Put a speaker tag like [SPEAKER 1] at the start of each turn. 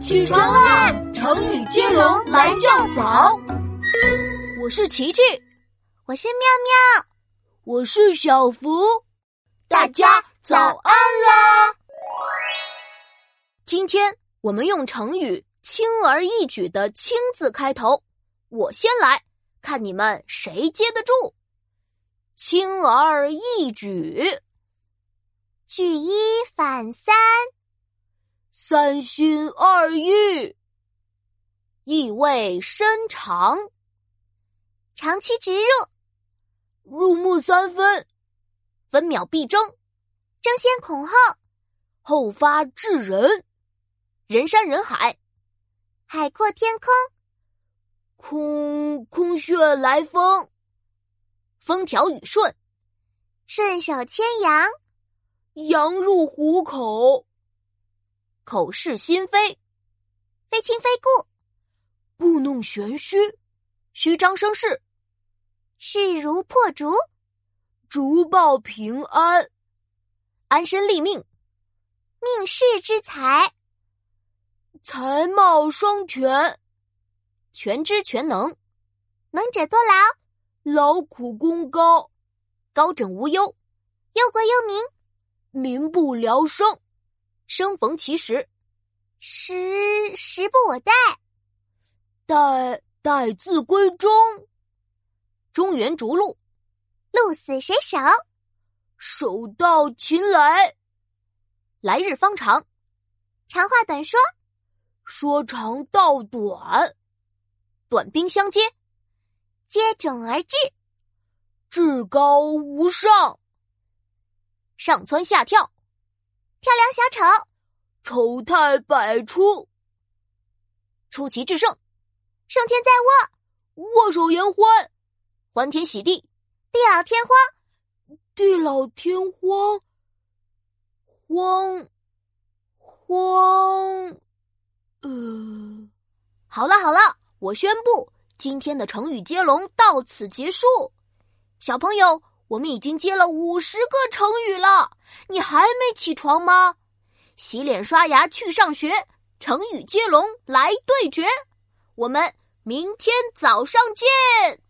[SPEAKER 1] 起床啦！成语接龙来较早。我是琪琪，
[SPEAKER 2] 我是妙妙，
[SPEAKER 1] 我是小福，大家早安啦！今天我们用成语“轻而易举”的“轻”字开头，我先来，看你们谁接得住。轻而易举，
[SPEAKER 2] 举一反三，
[SPEAKER 1] 三心二意，意味深长，
[SPEAKER 2] 长驱直入，
[SPEAKER 1] 入木三分，分秒必争，
[SPEAKER 2] 争先恐后，
[SPEAKER 1] 后发制人，人山人海，
[SPEAKER 2] 海阔天空，
[SPEAKER 1] 空空穴来风，风调雨顺，
[SPEAKER 2] 顺手牵羊，
[SPEAKER 1] 羊入虎口，口是心非，
[SPEAKER 2] 非亲非故，
[SPEAKER 1] 故弄玄虚，虚张声势，
[SPEAKER 2] 势如破竹，
[SPEAKER 1] 竹报平安，安身立命，
[SPEAKER 2] 命世之才，
[SPEAKER 1] 才貌双全，全知全能，
[SPEAKER 2] 能者多劳，
[SPEAKER 1] 劳苦功高，高枕无忧，
[SPEAKER 2] 忧国忧民，
[SPEAKER 1] 民不聊生，生逢其时，
[SPEAKER 2] 时时不我待，
[SPEAKER 1] 待待字闺中。中原逐鹿，
[SPEAKER 2] 鹿死谁手，
[SPEAKER 1] 手到擒来，来日方长，
[SPEAKER 2] 长话短说，
[SPEAKER 1] 说长道短，短兵相接，
[SPEAKER 2] 接踵而至，
[SPEAKER 1] 至高无上。上蹿下跳，
[SPEAKER 2] 跳梁小丑，
[SPEAKER 1] 丑态百出，出奇制胜，
[SPEAKER 2] 胜券在握，
[SPEAKER 1] 握手言欢，欢天喜地，
[SPEAKER 2] 地老天荒，
[SPEAKER 1] 地老天荒，荒荒，呃，好了好了，我宣布今天的成语接龙到此结束。小朋友，我们已经接了五十个成语了，你还没起床吗？洗脸刷牙去上学，成语接龙来对决，我们明天早上见。